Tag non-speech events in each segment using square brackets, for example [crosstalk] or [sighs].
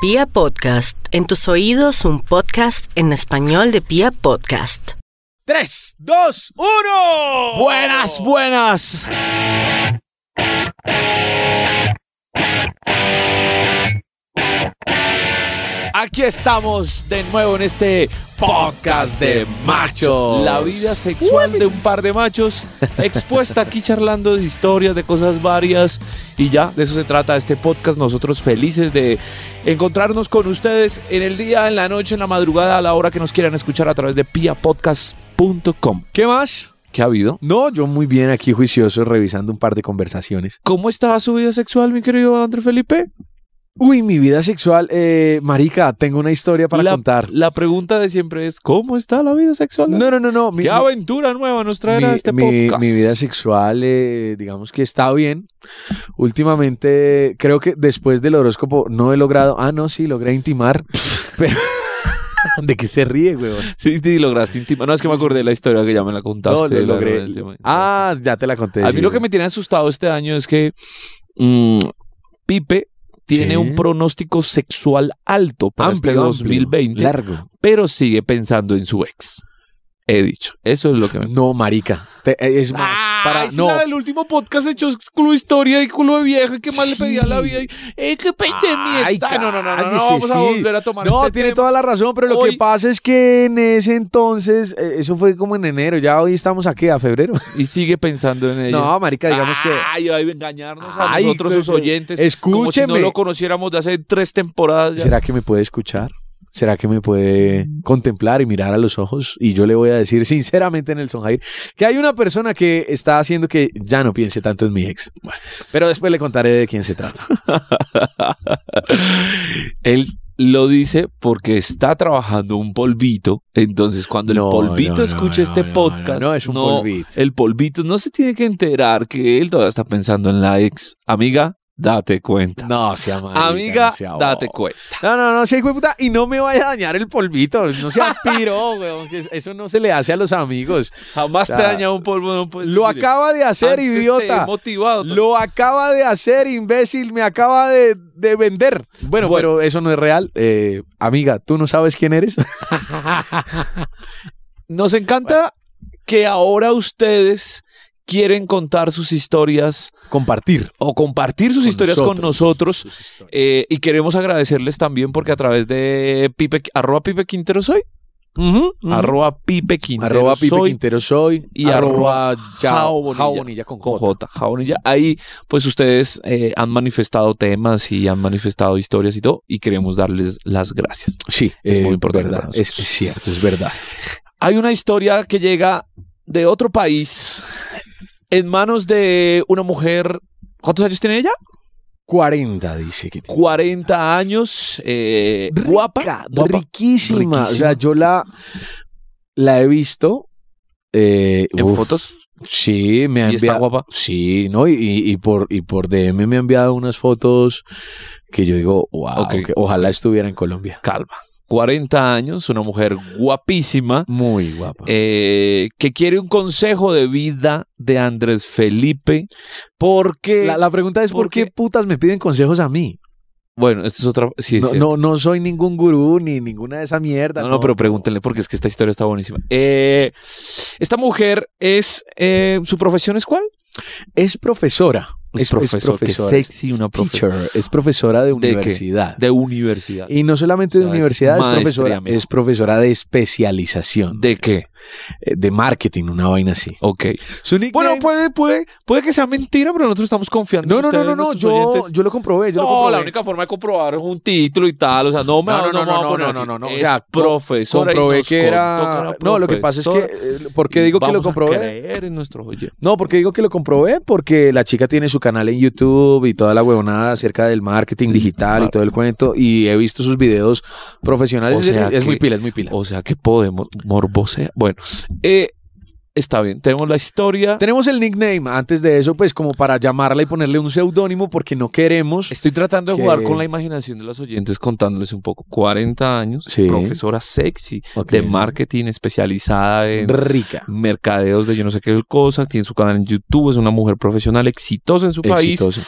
Pia Podcast, en tus oídos un podcast en español de Pia Podcast. 3, 2, 1. Buenas, buenas. Aquí estamos de nuevo en este podcast de machos. La vida sexual de un par de machos expuesta aquí charlando de historias, de cosas varias y ya, de eso se trata este podcast. Nosotros felices de encontrarnos con ustedes en el día, en la noche, en la madrugada, a la hora que nos quieran escuchar a través de piapodcast.com. ¿Qué más? ¿Qué ha habido? No, yo muy bien aquí juicioso revisando un par de conversaciones. ¿Cómo está su vida sexual, mi querido André Felipe? Uy, mi vida sexual, eh, marica, tengo una historia para la, contar. La pregunta de siempre es, ¿cómo está la vida sexual? No, no, no, no. Mi, ¿Qué aventura nueva nos traerá mi- este mi- podcast? mi vida sexual, eh, digamos que está bien. Últimamente, creo que después del horóscopo no he logrado. Ah, no, sí, logré intimar. [laughs] pero. ¿De qué se ríe, weón? Sí, sí, lograste intimar. No, es que me acordé de la historia que ya me la contaste. No, lo la- logré. el tema. Ah, ya te la conté. A sí. mí lo que me tiene asustado este año es que mm, Pipe tiene Sí. un pronóstico sexual alto para este Amplio, amplio, 2020, Largo. pero sigue pensando en su ex. He dicho. Eso es lo que me... No, marica. Te- eh, es más, para, Ah, es no, Mm. la del último podcast hecho culo de historia y culo de vieja que más le pedía a la vida. Y, eh, que pensé en mi ex. Ay, Ah, no, no, no, no, no, cállese, vamos a sí. volver a tomar No, este tiene tema. toda la razón, pero lo Hoy- que pasa es que en ese entonces, eh, eso fue como en enero, ya hoy estamos aquí, a febrero. Y sigue pensando en ella. No, marica, digamos que... Ay, ay, engañarnos a Ay, nosotros, pues, sus oyentes. Como si Escúcheme. no lo conociéramos de hace tres temporadas. ya. ¿Será que me puede escuchar? ¿Será que me puede contemplar y mirar a los ojos? Y yo le voy a decir sinceramente, Nelson Jair, que hay una persona que está haciendo que ya no piense tanto en mi ex. Pero después le contaré de quién se trata. [laughs] Él lo dice porque está trabajando un polvito. Entonces, cuando No, el polvito no, escucha no, este no, podcast. no, no, es un polvito. El polvito no se tiene que enterar que él todavía está pensando en la ex. Amiga, date cuenta. No, sea marica, Amiga, no sea date bobo. cuenta. No, no, no, sea hijo de puta. Y no me vaya a dañar el polvito. No [laughs] sea piro, weón. que eso no se le hace a los amigos. Jamás O te sea, daña un polvo. No puedes Lo decir. acaba de hacer, Pues Antes te he idiota. motivado. Lo acaba de hacer, imbécil. Me acaba de, de vender. Bueno, Bueno. pero eso no es real. Eh, amiga, ¿tú no sabes quién eres? [laughs] Nos encanta que ahora ustedes quieren contar sus historias Compartir. o compartir sus Con historias con nosotros. Eh, y queremos agradecerles también porque a través de Pipe, arroba Pipe Quintero soy, Ujú, ujú. arroba Pipe Quintero Arroba Pipe soy, Quintero soy. y arroba Jao Jao Bonilla. Jao Bonilla con con J. J, Jaunilla. Ahí, pues ustedes eh, han manifestado temas y han manifestado historias y todo, y queremos darles las gracias. Sí, Es eh, muy importante verdad, para Es, es nosotros. cierto, es verdad. Hay una historia que llega de otro país en manos de una mujer. ¿Cuántos años tiene ella? 40 dice que tiene. 40 años, eh, Rica, guapa, guapa. riquísima. O Riquísima. sea, yo la, la he visto. eh, en uf, fotos. Sí, me ha Y está enviado. guapa. Sí, ¿no? Y, y- y por, y por DM me ha enviado unas fotos que yo digo, wow, Ok. que ojalá estuviera en Colombia. Calma. 40 años, una mujer guapísima. Muy guapa. eh, que quiere un consejo de vida de Andrés Felipe, porque Eh, la, la pregunta es: ¿por porque- qué putas me piden consejos a mí? bueno, esto es otra, sí, es No, no, cierto. no soy ningún gurú ni ninguna de esa mierda. No, no, pero pregúntenle porque es que esta historia está buenísima. Eh, esta mujer es, eh, ¿su profesión es cuál? Es profesora. Es profesor, qué sexy una profesora. Es profesora de ¿De qué? universidad. De universidad. Y no solamente O de sea, es universidad, es, maestría, profesora, amigo. es profesora de especialización, ¿De qué? eh, de marketing, una vaina así. Ok. Su nickname- Bueno, puede, puede, puede que sea mentira, pero nosotros estamos confiando. no, no, en no, ustedes, no, no, nuestros yo, oyentes. yo lo comprobé, yo lo no, comprobé. la única forma de comprobar es un título y tal. O sea, no me No, no, no, no, me voy a no, poner no, no, aquí. no, no, o Es sea, co- profesora. y comprobé nos que contó era... era No, lo que pasa es que... profesora. eh, ¿Por qué Y digo que lo vamos a comprobé? creer en nuestros oyentes. No, porque digo que lo comprobé porque la chica tiene su canal en YouTube y toda la huevonada acerca del marketing digital y todo el cuento y he visto sus videos profesionales. O es- sea es, muy que- pila, es muy pila. O sea, que podemos morbosea. Bueno, eh, está bien. Tenemos la historia. Tenemos el nickname antes de eso, pues como para llamarla y ponerle un seudónimo porque no queremos. Estoy tratando de que- jugar con la imaginación de los oyentes contándoles un poco. 40 años, Sí. profesora sexy Ok. de marketing especializada en Rica. mercadeos de yo no sé qué cosa, tiene su canal en YouTube, es una mujer profesional exitosa en su país Exitosa.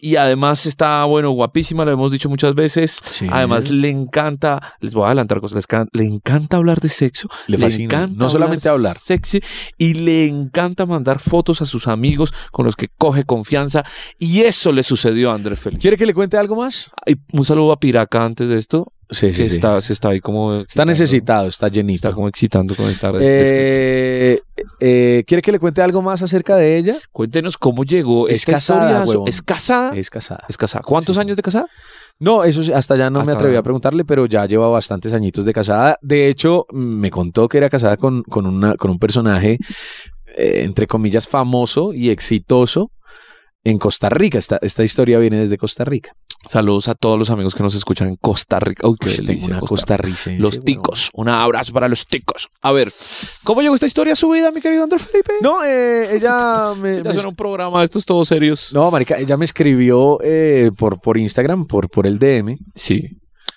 Y además está, bueno, guapísima, lo hemos dicho muchas veces. Sí. Además, le encanta, les voy a adelantar cosas, les can- le encanta hablar de sexo. Le fascina. No solamente hablar. Sexy. Y le encanta mandar fotos a sus amigos con los que coge confianza. Y eso le sucedió a Andrés Felipe. ¿Quiere que le cuente algo más? Ay, un saludo a Piraca antes de esto, Sí, que está, se está Eh, ahí como. Está excitando. necesitado, está llenito. Está como excitando con esta red de sketch. Eh, eh, ¿Quiere que le cuente algo más acerca de ella? Cuéntenos cómo llegó. es esta casada, historia a su- huevón. Es casada. Es casada. Eh, Es casada. ¿Cuántos Sí. años de casada? No, eso sí, hasta ya no me Hasta atreví ahora. a preguntarle, pero ya lleva bastantes añitos de casada. De hecho, me contó que era casada con, con, una, con un personaje, eh, entre comillas, famoso y exitoso en Costa Rica. Esta, esta historia viene desde Costa Rica. Saludos a todos los amigos que nos escuchan en Costa Rica. Uy, qué Pues tengo delicia, una Costa Rica. costarricense, Los weón. ticos. Un abrazo para los ticos. A ver, ¿cómo llegó esta historia a su vida, mi querido Andrés Felipe? No, eh, [laughs] ella me, Esto ya me- suena un programa, estos todos serios. No, marica, ella me escribió eh, por, por Instagram, por, por el DM. Sí,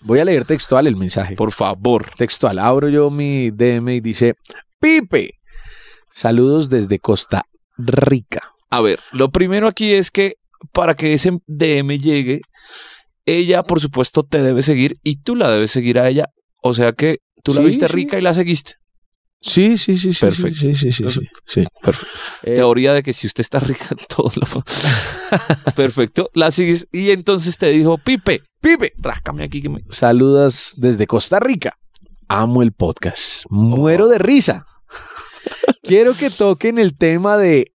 Voy a leer textual el mensaje. por favor. textual. Abro yo mi DM y dice, Pipe, saludos desde Costa Rica. A ver, lo primero aquí es que para que ese DM llegue, ella, por supuesto, te debe seguir y tú la debes seguir a ella. O sea que tú la Sí, viste sí. rica y la seguiste. Sí, sí, sí, sí. Perfecto. Sí, sí, sí, sí, Perfecto. sí. Perfecto. Eh, Teoría de que si usted está rica, todo [laughs] lo... Perfecto, la sigues. Y entonces te dijo, Pipe, Pipe, ráscame aquí que me... saludas desde Costa Rica. Amo el podcast. Muero de [laughs] risa. Quiero que toquen el tema de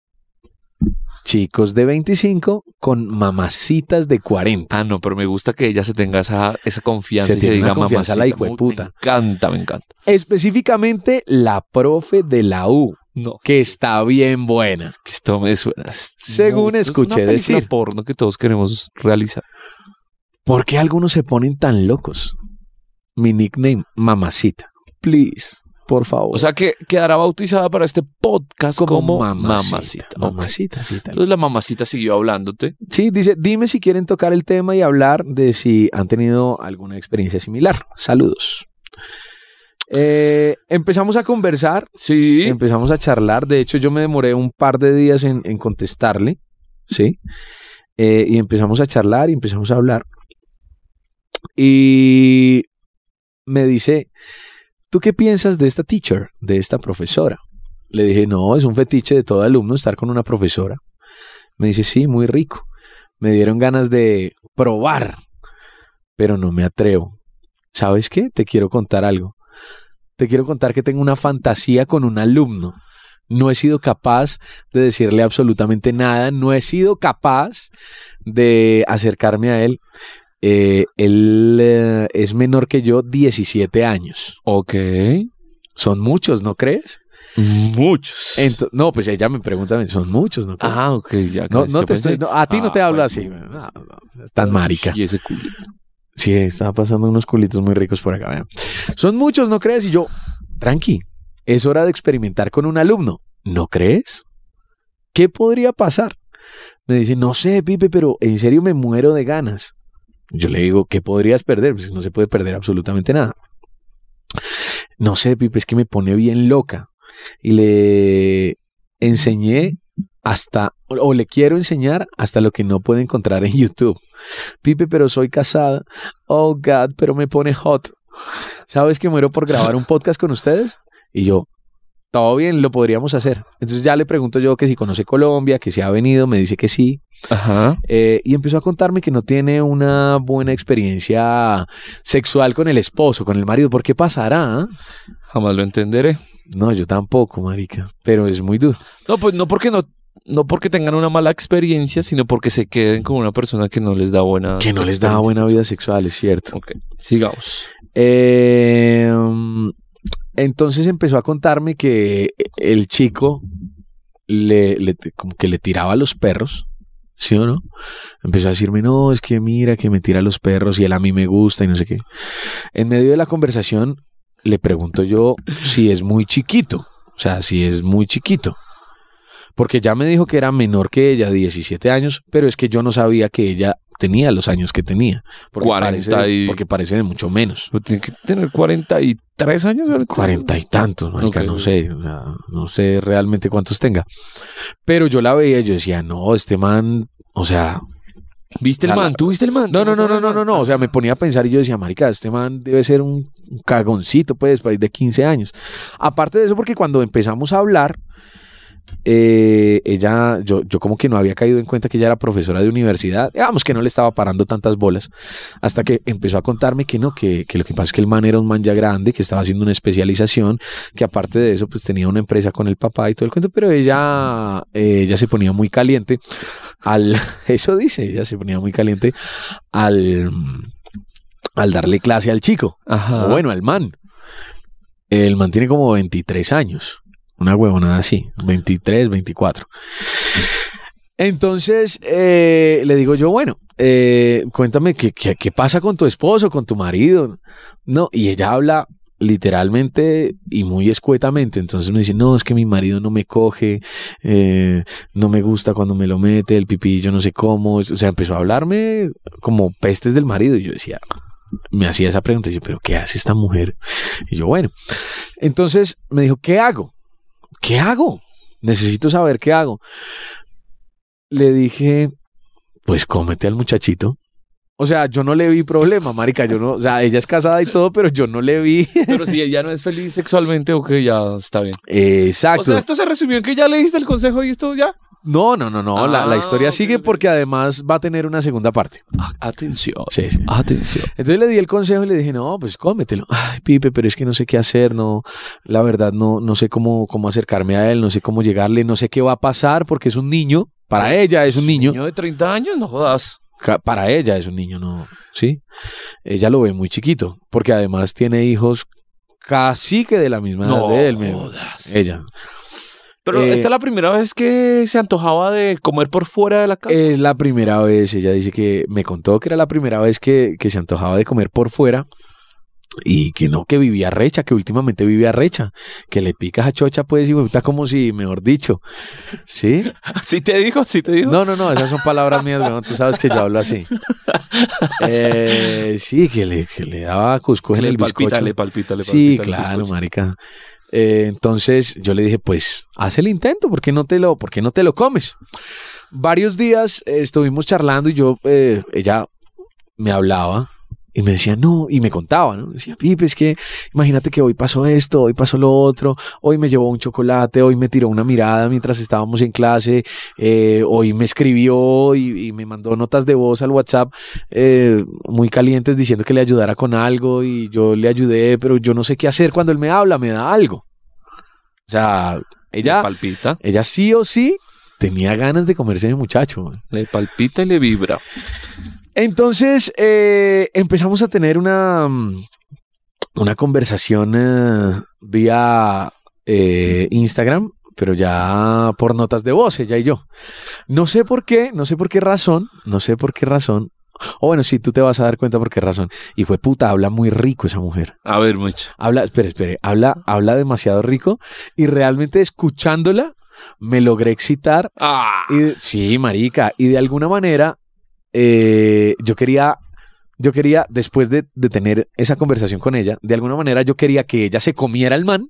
chicos de 25 con mamacitas de 40. Ah, no, pero me gusta que ella se tenga esa, esa confianza Se y se tiene diga una confianza mamacita". la hijo de Uy, puta. Me encanta, me encanta. Específicamente la profe de la U, No, que está bien buena. que esto me suena. es- Según no, esto es escuché una película decir. porno que todos queremos realizar. ¿Por qué algunos se ponen tan locos? Mi nickname, mamacita. Please, por favor. O sea, que quedará bautizada para este podcast como, mamacita. Ok. Mamacita, sí, tal. Entonces la mamacita siguió hablándote. Sí, dice, dime si quieren tocar el tema y hablar de si han tenido alguna experiencia similar. Saludos. Eh, empezamos a conversar, Sí. empezamos a charlar. De hecho, yo me demoré un par de días en, en contestarle, ¿sí? Eh, y empezamos a charlar y empezamos a hablar. Y me dice, ¿tú qué piensas de esta teacher, de esta profesora? Le dije, no, es un fetiche de todo alumno estar con una profesora. Me dice, sí, muy rico. Me dieron ganas de probar, pero no me atrevo. ¿Sabes qué? Te quiero contar algo. Te quiero contar que tengo una fantasía con un alumno. No he sido capaz de decirle absolutamente nada, no he sido capaz de acercarme a él. Eh, él eh, es menor que yo 17 años. Ok. Son muchos, ¿no crees? Muchos. Ento- no, pues ella me pregunta, son muchos, ¿no crees? ah, ok, ya. No, crees, no yo te pensé- estoy- no, a ti no Ah, te hablo bueno. así. no, no, no, es tan marica. Y ese culo. Sí, estaba pasando unos culitos muy ricos por acá. vean. Son muchos, ¿no crees? Y yo, tranqui, es hora de experimentar con un alumno. ¿No crees? ¿Qué podría pasar? Me dice, no sé, Pipe, pero en serio me muero de ganas. Yo le digo, ¿qué podrías perder? Pues no se puede perder absolutamente nada. No sé, Pipe, es que me pone bien loca. Y le enseñé hasta, o- o le quiero enseñar hasta lo que no puede encontrar en YouTube. Pipe, pero soy casada. Oh, God, pero me pone hot. ¿Sabes que muero por grabar un podcast con ustedes? Y yo, todo bien, lo podríamos hacer. Entonces ya le pregunto yo que si conoce Colombia, que si ha venido, me dice que sí. Ajá. Eh, y empezó a contarme que no tiene una buena experiencia sexual con el esposo, con el marido. ¿Por qué pasará? ah? Jamás lo entenderé. No, yo tampoco, marica. Pero es muy duro. No, pues no porque no, no porque tengan una mala experiencia, sino porque se queden con una persona que no les da buena. Que no les da buena vida sexual, es cierto. Ok, sigamos. Eh, mm, entonces empezó a contarme que el chico le, le- como que le tiraba a los perros, ¿sí o no? Empezó a decirme, no, es que mira que me tira a los perros y él a mí me gusta y no sé qué. En medio de la conversación le pregunto yo si es muy chiquito, o sea, si es muy chiquito. Porque ya me dijo que era menor que ella, 17 años, pero es que yo no sabía que ella tenía los años que tenía. Porque, 40 parece, y- porque parece de mucho menos. Pero tiene que tener 43 años, ¿verdad? Cuarenta y tantos, marica, Ok. no sé, o sea, no sé realmente cuántos tenga. Pero yo la veía y yo decía, no, este man, o sea, ¿Viste el A la- man? ¿Tú viste el man? No, ¿Tú no, no, no, sabes no, el no, man? no. O sea, me ponía a pensar y yo decía, marica, este man debe ser un un cagoncito, pues, para ir de 15 años. Aparte de eso, porque cuando empezamos a hablar, eh, ella, yo, yo como que no había caído en cuenta que ella era profesora de universidad. Digamos que no le estaba parando tantas bolas. Hasta que empezó a contarme que no, que, que lo que pasa es que el man era un man ya grande, que estaba haciendo una especialización, que aparte de eso, pues tenía una empresa con el papá y todo el cuento, pero ella, eh, ella se ponía muy caliente al, [laughs] eso dice, ella se ponía muy caliente al, al darle clase al chico, Ajá. o bueno, al man. El man tiene como 23 años, una huevonada así, 23, 24. Entonces eh, le digo yo, bueno, eh, cuéntame qué, qué, qué pasa con tu esposo, con tu marido. No, y ella habla literalmente y muy escuetamente. Entonces me dice, no, es que mi marido no me coge, eh, no me gusta cuando me lo mete, el pipí, yo no sé cómo. O sea, empezó a hablarme como pestes del marido. Y yo decía, me hacía esa pregunta. Y yo, pero ¿qué hace esta mujer? Y yo, bueno. Entonces me dijo, ¿qué hago? ¿Qué hago? Necesito saber qué hago. Le dije, pues cómete al muchachito. O sea, yo no le vi problema, marica. Yo no, o sea, ella es casada y todo, pero yo no le vi. [laughs] Pero si ella no es feliz sexualmente, ok, ya está bien. Exacto. O sea, esto se resumió en que ya le diste el consejo y esto ya. No, no, no, no. la, la Ah, historia ok, sigue ok. porque además va a tener una segunda parte. Atención. Sí, sí. Atención. Entonces le di el consejo y le dije, no, pues cómetelo. [laughs] Ay, Pipe, pero es que no sé qué hacer, no, la verdad, no, no sé cómo, cómo acercarme a él, no sé cómo llegarle, no sé qué va a pasar porque es un niño. Para ella es un niño. Niño de 30 años, no jodas. Ca- Para ella es un niño, no, sí. Ella lo ve muy chiquito porque además tiene hijos casi que de la misma edad No de él. Eh, me- jodas. Ella. Pero Eh, esta es la primera vez que se antojaba de comer por fuera de la casa. Es la primera vez, ella dice que me contó que era la primera vez que, que se antojaba de comer por fuera y que no, que vivía recha, que últimamente vivía recha, que le picas a chocha pues y está como si, mejor dicho, ¿sí? [laughs] ¿Sí te dijo? ¿Sí te dijo? No, no, no, esas son palabras mías, weón, tú sabes que yo hablo [laughs] así. Eh, sí, que le, que le daba cuscús en le el palpita, bizcocho. le palpita, le palpita. Sí, el claro, bizcocho. marica. Eh, entonces yo le dije, pues, haz el intento, ¿por qué no te lo, por qué no te lo comes? Varios días eh, estuvimos charlando y yo, eh, ella me hablaba y me decía, no, y me contaba, ¿no? Decía, Pipe, es que imagínate que hoy pasó esto, hoy pasó lo otro, hoy me llevó un chocolate, hoy me tiró una mirada mientras estábamos en clase, eh, hoy me escribió y, y me mandó notas de voz al WhatsApp eh, muy calientes diciendo que le ayudara con algo y yo le ayudé, pero yo no sé qué hacer cuando él me habla, me da algo. O sea, Le ella, palpita, ella sí o sí tenía ganas de comerse de muchacho. man. le palpita y le vibra. Entonces eh, empezamos a tener una, mm, una conversación eh, vía eh, Instagram, pero ya por notas de voz, ella y yo. No sé por qué, no sé por qué razón, no sé por qué razón. O bueno, sí, tú te vas a dar cuenta por qué razón. Y fue puta, habla muy rico esa mujer. A ver, mucho. Habla, espere, espere, habla, habla demasiado rico y realmente escuchándola me logré excitar Ah, y- sí, marica. Y de alguna manera, eh, yo quería, yo quería, después de, de tener esa conversación con ella, de alguna manera yo quería que ella se comiera el man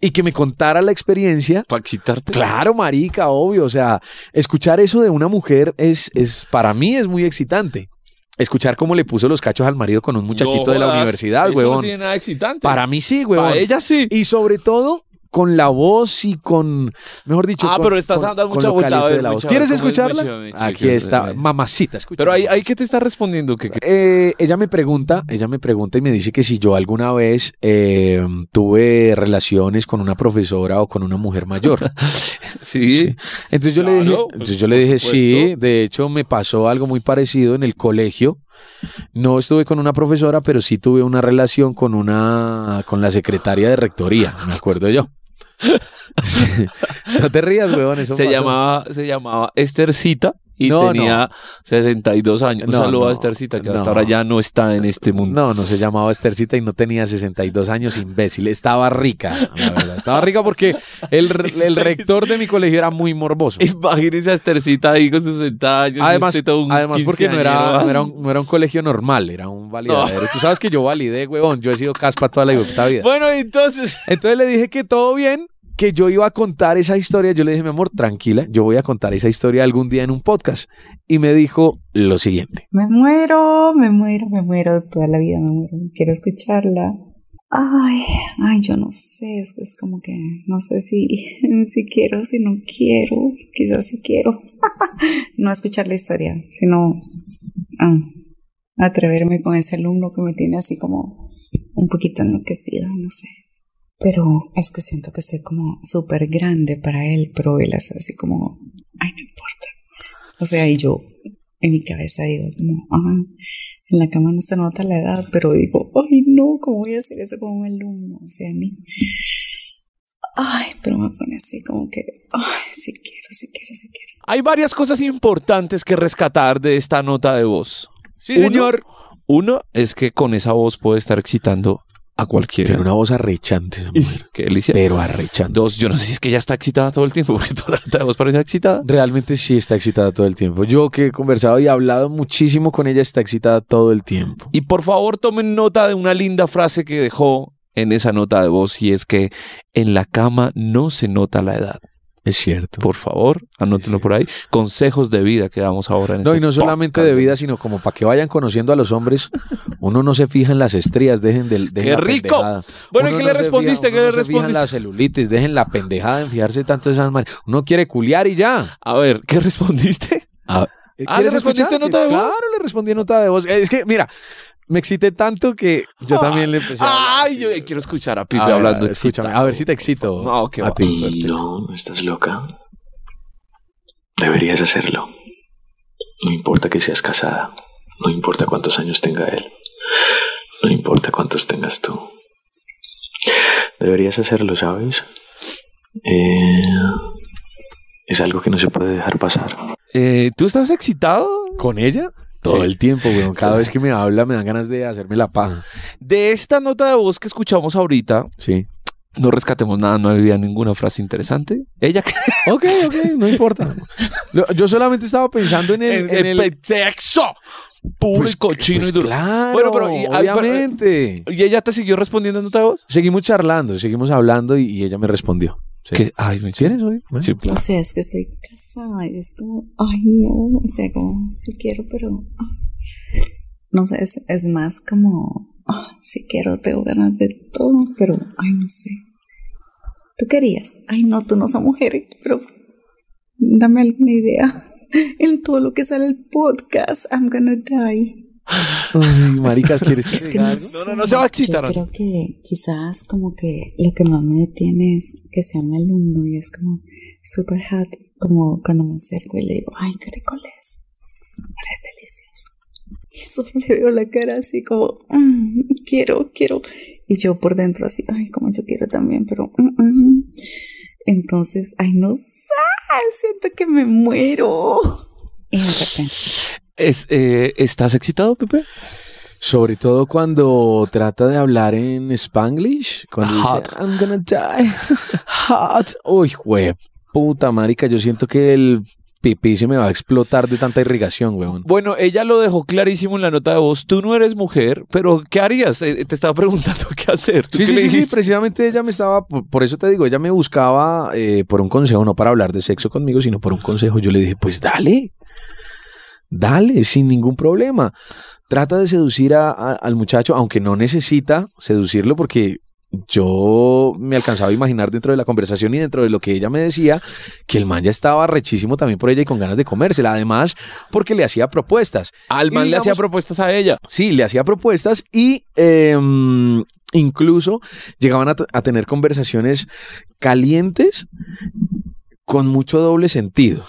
y que me contara la experiencia. ¿Para excitarte? Claro, marica, obvio. O sea, escuchar eso de una mujer es, es para mí es muy excitante. Escuchar cómo le puso los cachos al marido con un muchachito No de la jodas, universidad, eso No huevón. tiene nada excitante. Para mí sí, Para huevón. ella sí. Y sobre todo con la voz y con, mejor dicho, Ah, con- pero estás con- dando con mucha lo vuelta, caliente a ver, de la mucha voz. vuelta, ¿Quieres ¿cómo es, escucharla? mucha, mucha, Aquí mucha, está, eh. mamacita, escucha. Pero ahí, ahí que te está respondiendo. que [laughs] que- Eh, ella me pregunta, ella me pregunta y me dice que si yo alguna vez eh, tuve relaciones con una profesora o con una mujer mayor. Sí. Entonces yo le Claro, dije, pues, entonces yo por le dije supuesto. sí, de hecho me pasó algo muy parecido en el colegio. No estuve con una profesora, pero sí tuve una relación con una con la secretaria de rectoría, me acuerdo yo. [laughs] Sí. No te rías, huevón, eso Se pasó. llamaba, se llamaba Estercita y No, tenía 62 años. Un No, saludo no, a Estercita, que hasta no. ahora ya no está en este [laughs] mundo. No, no se llamaba Estercita y no tenía 62 años, imbécil. Estaba rica, la verdad. Estaba rica porque el, [laughs] el rector de mi colegio era muy morboso. Imagínense a Estercita ahí con sus 60 años. y Además, usted todo un además porque no era, quinceañero. no, era [laughs] un, no era un colegio normal, era un validadero. Tú sabes que yo validé, huevón. Yo he sido caspa toda la puta vida. Bueno, entonces. [laughs] Entonces le dije que todo bien, que yo iba a contar esa historia, yo le dije, mi amor, tranquila, yo voy a contar esa historia algún día en un podcast. Y me dijo lo siguiente. Me muero, me muero, me muero, toda la vida me muero, quiero escucharla. Ay, ay, yo no sé, es, es como que no sé si, [laughs] si quiero, si no quiero, quizás si quiero. [laughs] no escuchar la historia, sino ah, atreverme con ese alumno que me tiene así como un poquito enloquecida, no sé. Pero es que siento que soy como súper grande para él, pero él es así como, ay, no importa. O sea, y yo en mi cabeza digo como, ah, en la cama no se nota la edad, pero digo, ay, no, ¿cómo voy a hacer eso con un alumno? O sea, a mí, ay, pero me pone así como que, ay, si quiero, si quiero, si quiero. Hay varias cosas importantes que rescatar de esta nota de voz. Sí, señor. Uno es que con esa voz puede estar excitando a Tiene cualquiera. una voz arrechante, [laughs] esa mujer, Qué delicia. pero arrechante. Dos, yo no sé si es que ella está excitada todo el tiempo, [laughs] porque toda la nota de voz parece excitada. Realmente sí está excitada todo el tiempo. Yo que he conversado y hablado muchísimo con ella, está excitada todo el tiempo. Y por favor tomen nota de una linda frase que dejó en esa nota de voz y es que en la cama no se nota la edad. Es cierto. Por favor, anótenlo por ahí. Consejos de vida que damos ahora en No, este y no solamente podcast. de vida, sino como para que vayan conociendo a los hombres, uno no se fija en las estrías, dejen del dejen ¡Qué la rico! pendejada. Bueno, ¿y Uno qué le se respondiste? uno ¿Qué le no se fija en respondiste? la celulitis, dejen la pendejada en fijarse tanto de esas manos. Uno quiere culiar y ya. A ver, ¿qué respondiste? ¿Eh, Ah, ¿quieres ¿le respondiste escuchar? nota de voz? Claro, le respondí nota de voz. Eh, Es que, mira, me excité tanto que yo también le empecé a hablar Ay, así, yo güey. quiero escuchar a Pues, A Pipe ver, hablando. escúchame, excitado. a ver si te excito. No, qué a va. ti. No, estás loca. Deberías hacerlo. No importa que seas casada. No importa cuántos años tenga él. No importa cuántos tengas tú. Deberías hacerlo, ¿sabes? Eh, es algo que no se puede dejar pasar. Eh, ¿Tú estás excitado? ¿Con ella? Todo Sí. el tiempo, güey. Cada vez que me habla me dan ganas de hacerme la paja. De esta nota de voz que escuchamos ahorita, Sí. no rescatemos nada, no había ninguna frase interesante. Ella que Ok, ok, no importa. Lo- Yo solamente estaba pensando en el. en el- sexo puro Pues- y cochino pues y duro. Claro, Bueno, pero- y- ah, pero- obviamente. ¿Y ella te siguió respondiendo en nota de voz? Seguimos charlando, seguimos hablando y, y ella me respondió. Sí. Que- Ay, me ¿Quieres hoy? Bueno. Sí, O sea, es que estoy casada y es como, ay, no, o sea, como, si quiero, pero, ay. no sé, es, es más como, si quiero, tengo ganas de todo, pero, ay, no sé. ¿Tú querías? Ay, no, tú no sos mujer, pero dame alguna idea. [laughs] En todo lo que sale el podcast, I'm gonna die. Ay, [laughs] marica, ¿quieres que [laughs] Es te que no, diga algo? sé. no, no se va a excitar. Yo creo que quizás como que lo que más me detiene es que sea un alumno y es como super hot, como cuando me acerco y le digo, ay, qué rico le es. Eres delicioso. Y [laughs] solo le veo la cara así como, "Mm, quiero, quiero. Y yo por dentro así, ay, como yo quiero también, pero... mm, mm". Entonces, ay, no sé, siento que me muero. Y de repente, Es, eh, ¿Estás excitado, Pepe? Sobre todo cuando trata de hablar en Spanglish. Cuando Hot. dice, I'm gonna die. [laughs] Hot. Uy, güey. Puta marica, yo siento que el pipí se me va a explotar de tanta irrigación, weón. Bueno, ella lo dejó clarísimo en la nota de voz. Tú no eres mujer, pero ¿qué harías? Eh, te estaba preguntando [laughs] qué hacer. ¿Tú Sí, qué sí, le sí, sí, dijiste? precisamente ella me estaba, por, por eso te digo, ella me buscaba eh, por un consejo, no para hablar de sexo conmigo, sino por un consejo. Yo le dije, pues dale, dale, sin ningún problema. Trata de seducir a- a- al muchacho, aunque no necesita seducirlo porque yo me alcanzaba a imaginar dentro de la conversación y dentro de lo que ella me decía que el man ya estaba rechísimo también por ella y con ganas de comérsela, además porque le hacía propuestas. Al man Y le hacía digamos- propuestas a ella. Sí, le hacía propuestas y em, incluso llegaban a, t- a tener conversaciones calientes con mucho doble sentido,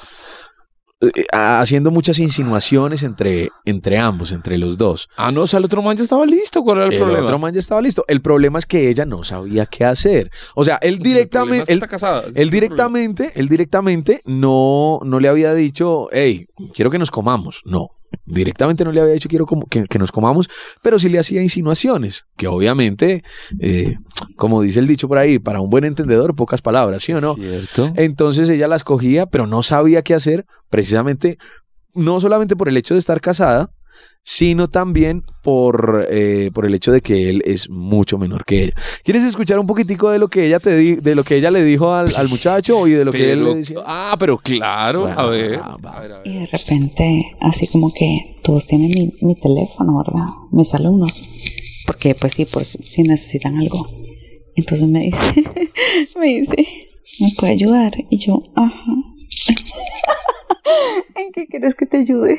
eh, a- haciendo muchas insinuaciones entre, entre ambos, entre los dos. Ah, no, o sea, el otro man ya estaba listo. ¿Cuál era el, El, problema? otro man ya estaba listo. El problema es que ella no sabía qué hacer. O sea, él El problema es directamente, que él- está casada. Ese es él el problema. directamente, él directamente no, no le había dicho, hey, quiero que nos comamos. No, directamente no le había dicho quiero como- que, que nos comamos, pero sí le hacía insinuaciones, que obviamente, eh, como dice el dicho por ahí, para un buen entendedor, pocas palabras, ¿sí o no? Cierto. Entonces ella las cogía, pero no sabía qué hacer, precisamente, no solamente por el hecho de estar casada, sino también por, eh, por el hecho de que él es mucho menor que ella. ¿Quieres escuchar un poquitico de lo que ella te di- de lo que ella le dijo al, al muchacho y de lo que él Pero- le decía? Ah, pero claro, Bueno, a ver. ah, va. A ver, a ver. Y de repente, así como que todos tienen mi, mi teléfono, ¿verdad? Mis alumnos. Porque pues sí, por si si necesitan algo. Entonces me dice, [laughs] me dice, ¿me puede ayudar? Y yo, ajá. [laughs] ¿En qué quieres que te ayude?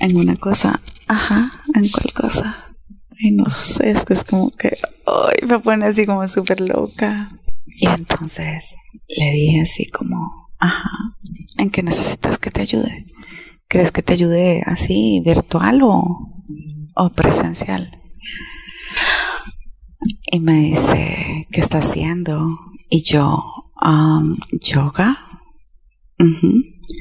En una cosa, ajá, en cuál cosa. Ay, no sé, es que es como que, ay, me pone así como súper loca. Y entonces le dije así como, ajá, ¿En qué necesitas que te ayude? ¿Crees que te ayude así, virtual o, o presencial? Y me dice, ¿qué está haciendo? Y yo, "Am, ¿yoga? Ujú.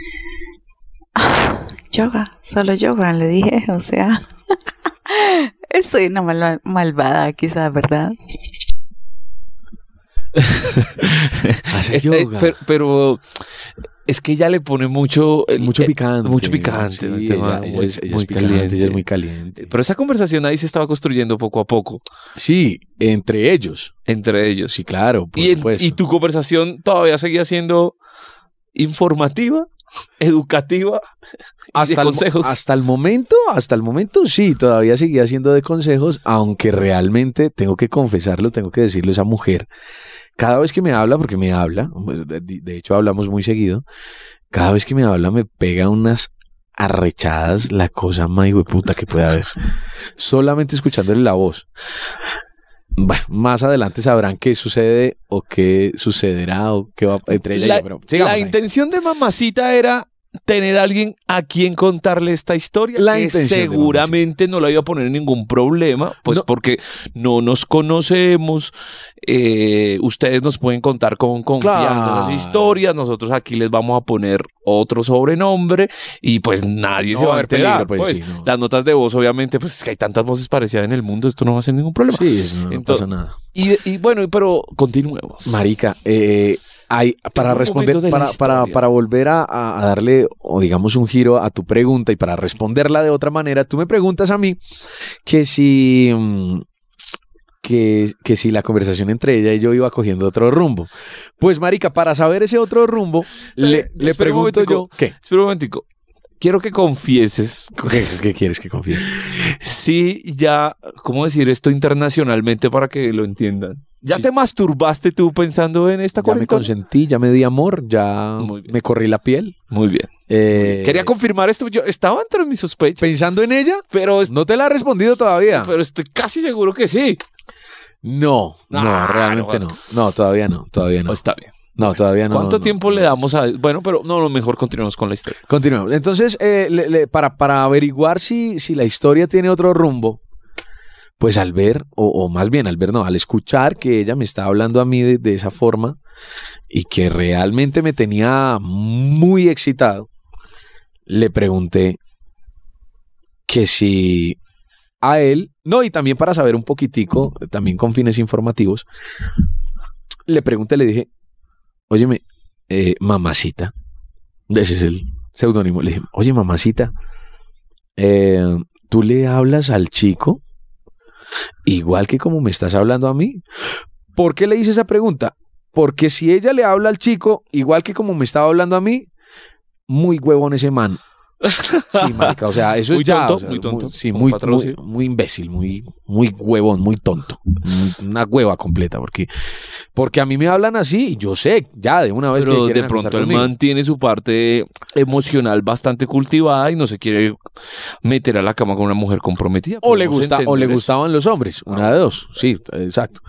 [sighs] "Ah, Yoga, solo yoga, le dije, o sea, [laughs] estoy una malva- malvada quizás, ¿verdad? Hace Es- eh, yoga. pero, pero es que ella le pone mucho. el- mucho eh, picante. mucho picante, Sí, el ella, tema, ella ella es es, ella es muy picante, caliente. ella es muy caliente. Pero esa conversación ahí se estaba construyendo poco a poco Sí, entre ellos. entre ellos. Sí, claro, por Y, en- supuesto. y tu conversación todavía seguía siendo informativa, [laughs] educativa, hasta el mo- consejos. hasta el momento, hasta el momento sí, todavía seguía siendo de consejos, aunque realmente tengo que confesarlo, tengo que decirlo, esa mujer, cada vez que me habla, porque me habla, pues, de, de hecho hablamos muy seguido, cada vez que me habla me pega unas arrechadas, la cosa más puta que puede haber, solamente escuchándole la voz. Bueno, más adelante sabrán qué sucede o qué sucederá o qué va entre ella y La- yo, pero sigamos la ahí. intención de mamacita era tener a alguien a quien contarle esta historia. La que intención de seguramente no la iba a poner en ningún problema, pues No. porque no nos conocemos. eh, ustedes nos pueden contar con confianza Claro. esas historias. Nosotros aquí les vamos a poner otro sobrenombre y pues nadie No se va va a a haber peligro, enterar. pues, pues. sí, no. Las notas de voz, obviamente, pues es que hay tantas voces parecidas en el mundo, esto no va a ser ningún problema. Sí, eso no, no Entonces- pasa nada. Y, y bueno, pero continuemos. Marica, eh, hay, para un responder, momento de la para, para, historia. para volver a, a darle, o digamos, un giro a tu pregunta y para responderla de otra manera, tú me preguntas a mí que si, mm, que, que si la conversación entre ella y yo iba cogiendo otro rumbo. Pues, Marica, para saber ese otro rumbo, le, espera le un pregunto yo. momentico. ¿Qué? Espera un momentico. Quiero que confieses ¿Qué, qué quieres que confíe? si ya, ¿cómo decir esto internacionalmente para que lo entiendan? ¿Ya Sí. te masturbaste tú pensando en esta Ya me cuarentena? consentí, ya me di amor, ya Muy bien. me corrí la piel. Muy bien. Eh, Quería confirmar esto. Yo estaba entre mis sospechas, pensando en ella, Pues, pero, es- no te la ha respondido todavía. pero estoy casi seguro que sí. No, no, Ah, realmente no no. No, todavía no, todavía no. Oh, está bien. No, todavía no. ¿Cuánto no, tiempo no. le damos a...? Bueno, pero no, lo mejor continuamos con la historia. Continuemos. Entonces, eh, le- le- para, para averiguar si, si la historia tiene otro rumbo, pues al ver, o, o más bien al ver, no, al escuchar que ella me está hablando a mí de, de esa forma y que realmente me tenía muy excitado, le pregunté que si a él, no, y también para saber un poquitico, también con fines informativos, le pregunté, le dije, óyeme, eh, mamacita, ese es el seudónimo, le dije, oye, mamacita, eh, tú le hablas al chico igual que como me estás hablando a mí. ¿Por qué le hice esa pregunta? Porque si ella le habla al chico igual que como me estaba hablando a mí, muy huevón ese man. Sí, marica, o sea, eso [laughs] Muy es ya, tonto, o sea, muy tonto, sí, como muy, para muy, traducir. muy imbécil, muy, muy huevón, muy tonto. Una hueva completa, porque, porque a mí me hablan así y yo sé ya de una vez que Pero quieren de pronto acostar el conmigo. man tiene su parte emocional bastante cultivada y no se quiere meter a la cama con una mujer comprometida. pues O le, Podemos gusta, o le entender eso. gustaban los hombres, Ah. una de dos, sí, exacto.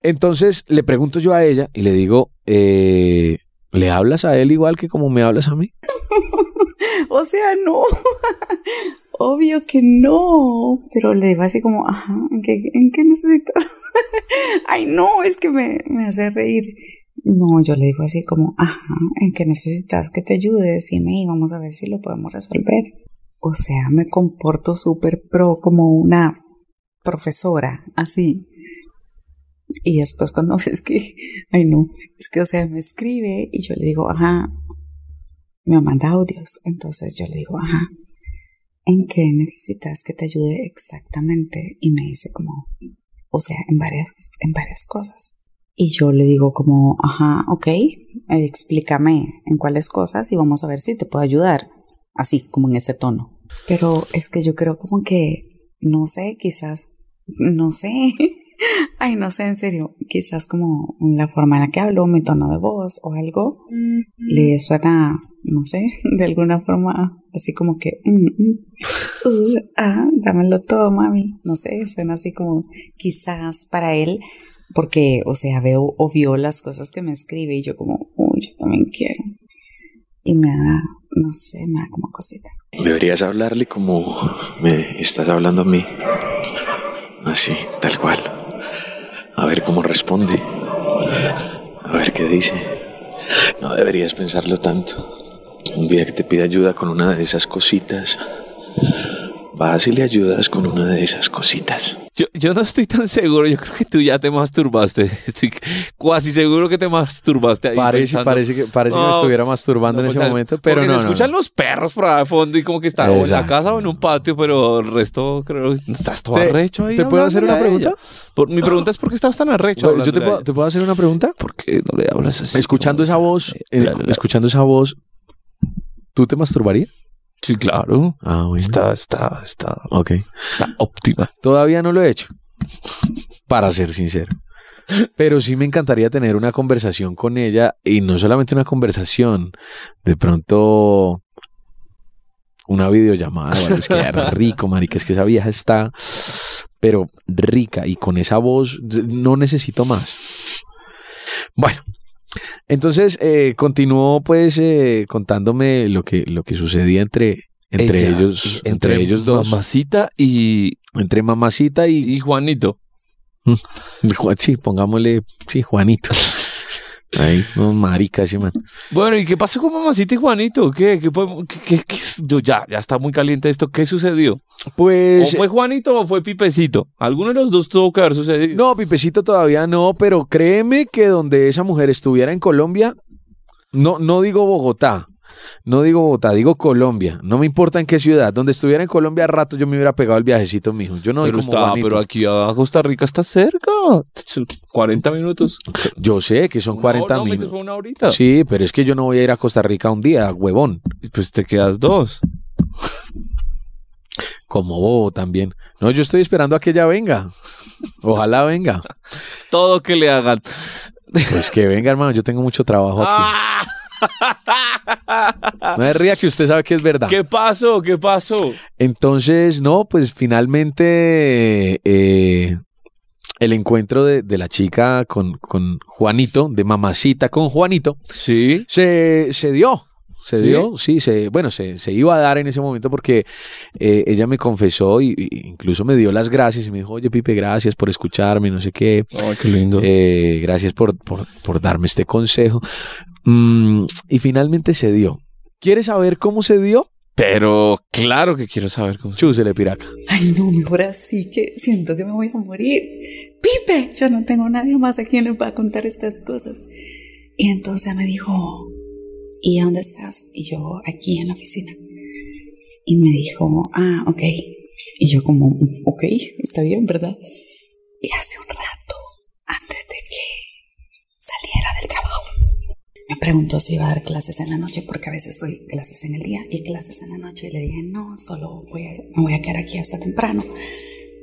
Entonces le pregunto yo a ella y le digo, eh, ¿le hablas a él igual que como me hablas a mí? [laughs] O sea, no. Obvio que no. Pero le digo así como, ajá, ¿en qué, en qué necesito? [laughs] Ay, no, es que me, me hace reír. No, yo le digo así como, ajá, ¿en qué necesitas que te ayude? Decime y vamos a ver si lo podemos resolver. O sea, me comporto súper pro como una profesora, así. Y después cuando [laughs] ves que, ay no, es que, o sea, me escribe y yo le digo, ajá, me manda audios. Entonces yo le digo, ajá, en qué necesitas que te ayude exactamente y me dice como, o sea, en varias, en varias cosas. Y yo le digo como, ajá, ok, eh, explícame en cuáles cosas y vamos a ver si te puedo ayudar. Así, como en ese tono. Pero es que yo creo como que, no sé, quizás, no sé. [laughs] Ay, no sé, en serio. Quizás como la forma en la que hablo, mi tono de voz o algo, le suena, no sé, [laughs] de alguna forma así como que, mm, mm, uh, ah, dámelo todo, mami. No sé, suena así como quizás para él porque, o sea, veo o vio las cosas que me escribe y yo como, uy, yo también quiero. Y me da, no sé, me da como cosita. Deberías hablarle como me estás hablando a mí. Así, tal cual. A ver cómo responde. A ver qué dice. No deberías pensarlo tanto. Un día que te pida ayuda con una de esas cositas, vas y le ayudas con una de esas cositas. Yo, yo no estoy tan seguro, yo creo que tú ya te masturbaste. [laughs] Estoy casi seguro que te masturbaste ahí. Parece, pensando. parece que, parece que me No, estuviera masturbando en No, pues, ese ¿sabes? momento, pero Porque no. Se no, escuchan los perros por ahí al fondo y como que están o en la Exacto. casa o en un patio, pero el resto creo que estás todo ¿Te- arrecho ahí. te puedo hacer una hablándole a ella. Por- mi pregunta es: ¿por qué estabas tan arrecho? no. Yo te hablándole a puedo, ella? te puedo hacer una pregunta. ¿Por qué pues, no le hablas así? escuchando como- esa voz, eh, eh, la, la, la. escuchando esa voz, ¿tú te masturbarías? Sí, claro. Ah, bueno. Está, está, está, Ok. está óptima. Todavía no lo he hecho, para ser sincero. Pero sí me encantaría tener una conversación con ella y no solamente una conversación, de pronto una videollamada, o algo, es que [laughs] era rico, marica, es que esa vieja está, pero rica y con esa voz d- no necesito más. Bueno, entonces eh, continuó pues eh, contándome lo que lo que sucedía entre entre Ella, ellos y- entre, ellos dos, Mamacita y, entre mamacita y, y Juanito. Ju- Sí, pongámosle, sí, Juanito. Ahí, no, marica, sí, man. Bueno, ¿y qué pasó con Mamacita y Juanito? ¿Qué? ¿Qué, podemos- qué, qué- qué es- yo ya, ya está muy caliente esto. ¿Qué sucedió? ¿O Pues, fue Juanito o fue Pipecito? Alguno de los dos tuvo que haber sucedido. no, Pipecito todavía no, pero créeme que donde esa mujer estuviera en Colombia, no, no digo Bogotá, no digo Bogotá, digo Colombia, no me importa en qué ciudad, donde estuviera en Colombia a rato yo me hubiera pegado el viajecito, mijo. Yo no pero, soy como está- Juanito. pero aquí a Costa Rica está cerca. 40 minutos. Yo sé que son Una 40 hora, no, minutos. fue una horita. Sí, pero es que yo no voy a ir a Costa Rica un día, huevón. Pues te quedas dos. Como bobo también. No, yo estoy esperando a que ella venga. Ojalá venga. Todo que le hagan. Pues que venga, hermano, yo tengo mucho trabajo aquí. ¡Ah! No me ría que usted sabe que es verdad. ¿Qué pasó? ¿Qué pasó? Entonces, no, pues finalmente eh, el encuentro de, de la chica con, con Juanito, de mamacita con Juanito, Sí. se, se dio. Se ¿Sí? dio, sí, se, bueno, se, se iba a dar en ese momento porque eh, ella me confesó y, y incluso me dio las gracias y me dijo, oye Pipe, gracias por escucharme, no sé qué, Ay, qué lindo. Eh, gracias por, por- por darme este consejo. Mm, y finalmente se dio. ¿Quieres saber cómo se dio? pero claro que quiero saber cómo se... Chúsele, piraca. Ay, no, mejor así que siento que me voy a morir. Pipe, yo no tengo nadie más a quien le va a contar estas cosas. Y entonces me dijo, ¿y dónde estás? Y yo, aquí en la oficina. Y me dijo, ah, ok. Y yo como, ok, está bien, ¿verdad? Y hace un rato, antes de que saliera del trabajo, me preguntó si iba a dar clases en la noche, porque a veces doy clases en el día y clases en la noche. Y le dije, no, solo voy a- me voy a quedar aquí hasta temprano.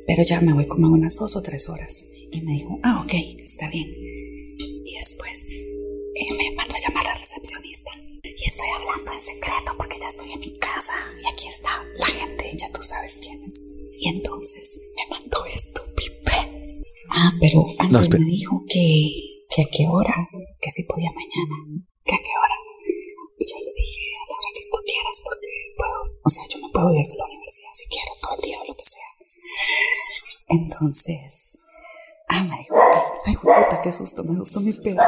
Pero ya me voy como en unas dos o tres horas. Y me dijo, ah, ok, está bien. Y después eh, me mandó a llamar a la recepcionista. Y estoy hablando en secreto porque ya estoy en mi casa. Y aquí está la gente, ya tú sabes quién es. Y entonces me mandó esto, Pipe. Ah, pero antes espera. me dijo que, que a qué hora, que si podía mañana, que a qué hora. Y yo le dije, a la hora que tú quieras, porque puedo, o sea, yo me puedo ir de la universidad si quiero, todo el día o lo que sea. Entonces, ah, me dijo, ok, ay, puta, qué susto, me asustó mi perro.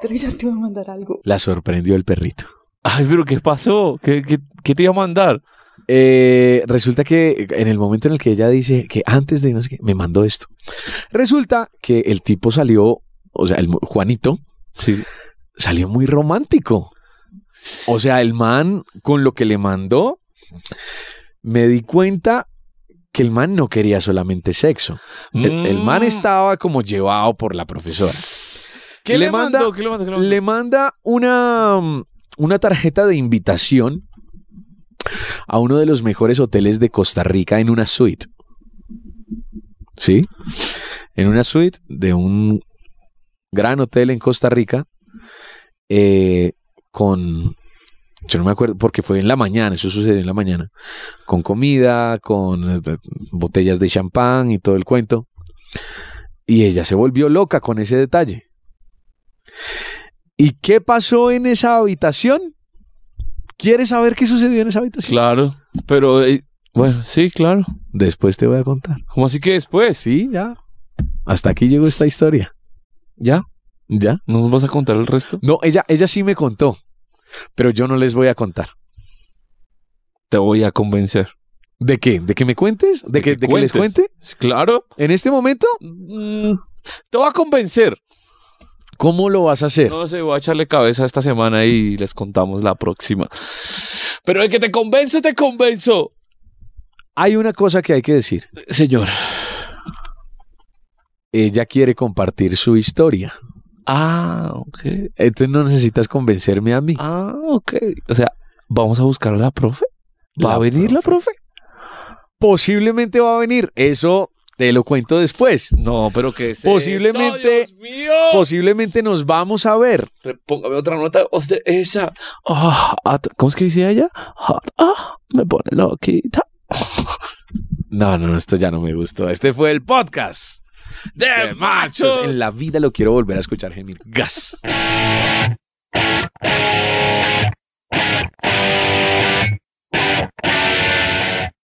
Pero ya te voy a mandar algo. La sorprendió el perrito. Ay, pero ¿qué pasó? ¿Qué, qué, qué te iba a mandar? Eh, resulta que en el momento en el que ella dice que antes de no sé qué, me mandó esto. Resulta que el tipo salió, o sea, el mu- Juanito Sí. salió muy romántico. O sea, el man con lo que le mandó me di cuenta que el man no quería solamente sexo. El, el man Mm. estaba como llevado por la profesora. ¿Qué le, Le manda- mandó? ¿Qué le mandó? ¿Qué le mandó? Le manda una, mm, una tarjeta de invitación a uno de los mejores hoteles de Costa Rica en una suite. ¿Sí? En una suite de un gran hotel en Costa Rica eh, con... Yo no me acuerdo, porque fue en la mañana, eso sucedió en la mañana, con comida, con eh, botellas de champán y todo el cuento. Y ella se volvió loca con ese detalle. ¿Y qué pasó en esa habitación? ¿Quieres saber qué sucedió en esa habitación? Claro, pero eh, bueno, sí, claro. Después te voy a contar. ¿Cómo así que después? Sí, ya. Hasta aquí llegó esta historia. ¿Ya? ¿Ya? ¿Nos vas a contar el resto? No, ella, ella sí me contó, pero yo no les voy a contar. Te voy a convencer. ¿De qué? ¿De que me cuentes? ¿De, que, de que les cuentes. cuente? Claro. ¿En este momento? Mm, te voy a convencer. ¿Cómo lo vas a hacer? No sé, voy a echarle cabeza esta semana y les contamos la próxima. Pero el que te convence, te convenzo. Hay una cosa que hay que decir. Señor. Ella quiere compartir su historia. Ah, ok. Entonces no necesitas convencerme a mí. Ah, ok. O sea, vamos a buscar a la profe. ¿Va La a venir la profe? Posiblemente va a venir. Eso te lo cuento después. No, pero que Posiblemente- Dios mío. Posiblemente nos vamos a ver. Póngame otra nota. O sea, esa. Ah, at- ¿Cómo es que dice ella? Ah, ah, me pone loquita. No, no, no, esto ya no me gustó. Este fue el podcast De Eh, de machos. En la vida lo quiero volver a escuchar gemir. Gas.